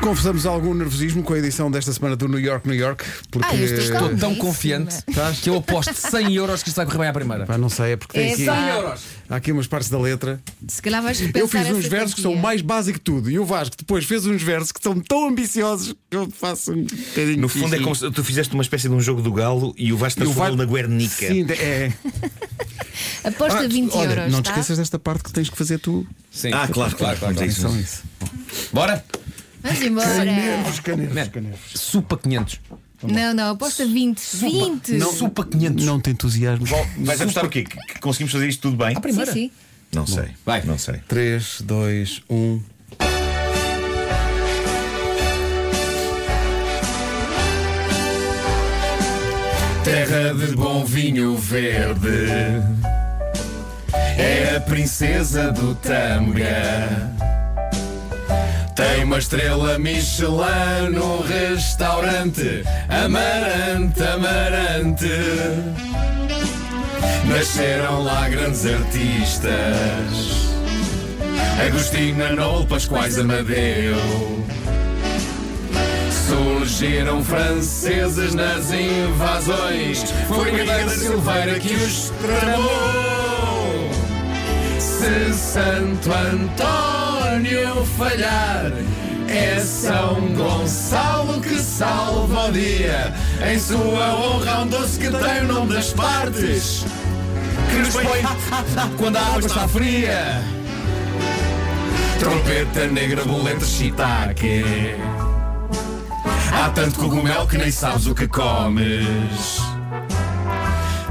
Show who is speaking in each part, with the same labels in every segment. Speaker 1: Confessamos algum nervosismo com a edição desta semana do New York, New York, porque.
Speaker 2: Ah, este está-
Speaker 3: Estou tão
Speaker 2: Belíssima.
Speaker 3: confiante que eu aposto 100 euros que isto vai correr bem à primeira.
Speaker 1: Pá, não sei, é porque tem
Speaker 2: É
Speaker 1: aqui,
Speaker 2: só-
Speaker 3: 100 euros!
Speaker 1: há aqui umas partes da letra.
Speaker 2: Se calhar vais repensar
Speaker 1: eu fiz
Speaker 2: essa
Speaker 1: uns versos que são
Speaker 2: quantia.
Speaker 1: mais básico que tudo, e o Vasco depois fez uns versos que são tão ambiciosos que eu faço um bocadinho.
Speaker 4: No fundo é como se tu fizeste uma espécie de um jogo do galo e o Vasco
Speaker 1: E o
Speaker 4: transformou
Speaker 1: Vasco-
Speaker 4: na Guernica.
Speaker 1: Sim, é.
Speaker 2: Aposta 20
Speaker 1: Ah, Olha,
Speaker 2: euros.
Speaker 1: não te
Speaker 2: tá?
Speaker 1: esqueças desta parte que tens que fazer tu.
Speaker 3: Sim.
Speaker 4: Ah, claro, claro, claro.
Speaker 1: É só
Speaker 4: claro.
Speaker 1: isso.
Speaker 3: Bora!
Speaker 2: Vamos embora.
Speaker 1: Nervos, caneiros, caneiros.
Speaker 3: Supa 500.
Speaker 2: Não, não, aposta 20. 20!
Speaker 3: Supa 500.
Speaker 1: Não te entusiasmo.
Speaker 4: Vais apostar o quê? Que que conseguimos fazer isto tudo bem?
Speaker 2: Sim, sim.
Speaker 4: Não sei.
Speaker 3: Vai.
Speaker 4: Não sei.
Speaker 1: 3, 2, 1.
Speaker 4: Terra de bom vinho verde É a princesa do Tâmega Tem uma estrela Michelin no restaurante Amarante, Amarante Nasceram lá grandes artistas Agostinho Anol, Pascoais Amadeu Surgiram franceses nas invasões. Foi Guilherme Silveira que os tramou. Se Santo António falhar, é São Gonçalo que salva o dia. Em sua honra, um doce que tem o nome das partes. Que nos põe quando a água está fria. Trompeta negra, bolete, shiitake. Há tanto cogumelo que nem sabes o que comes.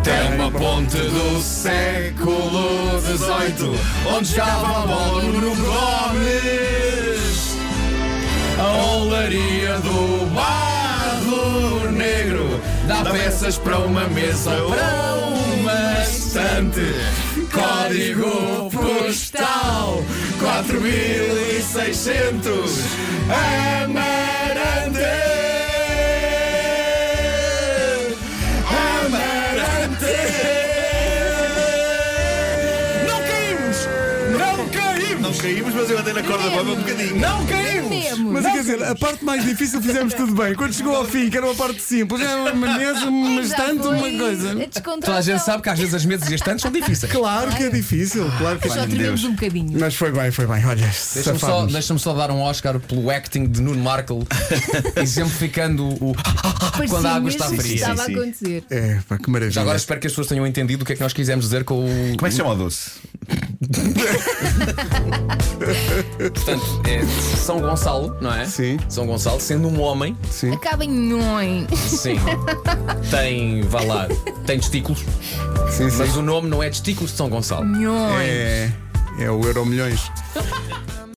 Speaker 4: Tem uma ponte do século XVIII onde jogava a bola o Nuno Gomes. A olaria do barro negro dá peças para uma mesa, para uma estante. Código postal 4600 Amarante Amarante Não caímos! Não caímos! Não caímos, mas eu andei na corda bamba um bocadinho. Não
Speaker 2: Mesmo.
Speaker 1: Mas é quer dizer, a parte mais difícil fizemos tudo bem. Quando chegou ao fim, que era uma parte simples, era uma maneza, mas
Speaker 2: Já
Speaker 1: tanto
Speaker 2: foi É
Speaker 1: uma coisa.
Speaker 2: A descontração.
Speaker 3: Toda a gente sabe que às vezes as mesas e as tantas são difíceis.
Speaker 1: Claro que é difícil, claro que é
Speaker 2: Só trememos um bocadinho.
Speaker 1: Mas foi bem, foi bem. Olha,
Speaker 3: Deixa-me só,
Speaker 1: safámos.
Speaker 3: deixa só dar um Oscar pelo acting de Nuno Markle, exemplificando o. Quando a água
Speaker 2: mesmo
Speaker 3: está
Speaker 2: assim que
Speaker 3: fria.
Speaker 2: Estava a
Speaker 4: Sim, sim.
Speaker 2: acontecer.
Speaker 1: É, pá, que maravilha.
Speaker 3: Já agora espero que as pessoas tenham entendido o que é que nós quisemos dizer com o.
Speaker 4: Como é que se chama o doce?
Speaker 3: Portanto, é São Gonçalo, não é?
Speaker 1: Sim.
Speaker 3: São Gonçalo, sendo um homem,
Speaker 1: Sim.
Speaker 2: Acaba em nhõe.
Speaker 3: sim, tem, vá lá, tem testículos,
Speaker 1: Sim, sim.
Speaker 3: mas o nome não é testículos de São Gonçalo.
Speaker 2: Nhõe.
Speaker 1: É, é o Euro Milhões.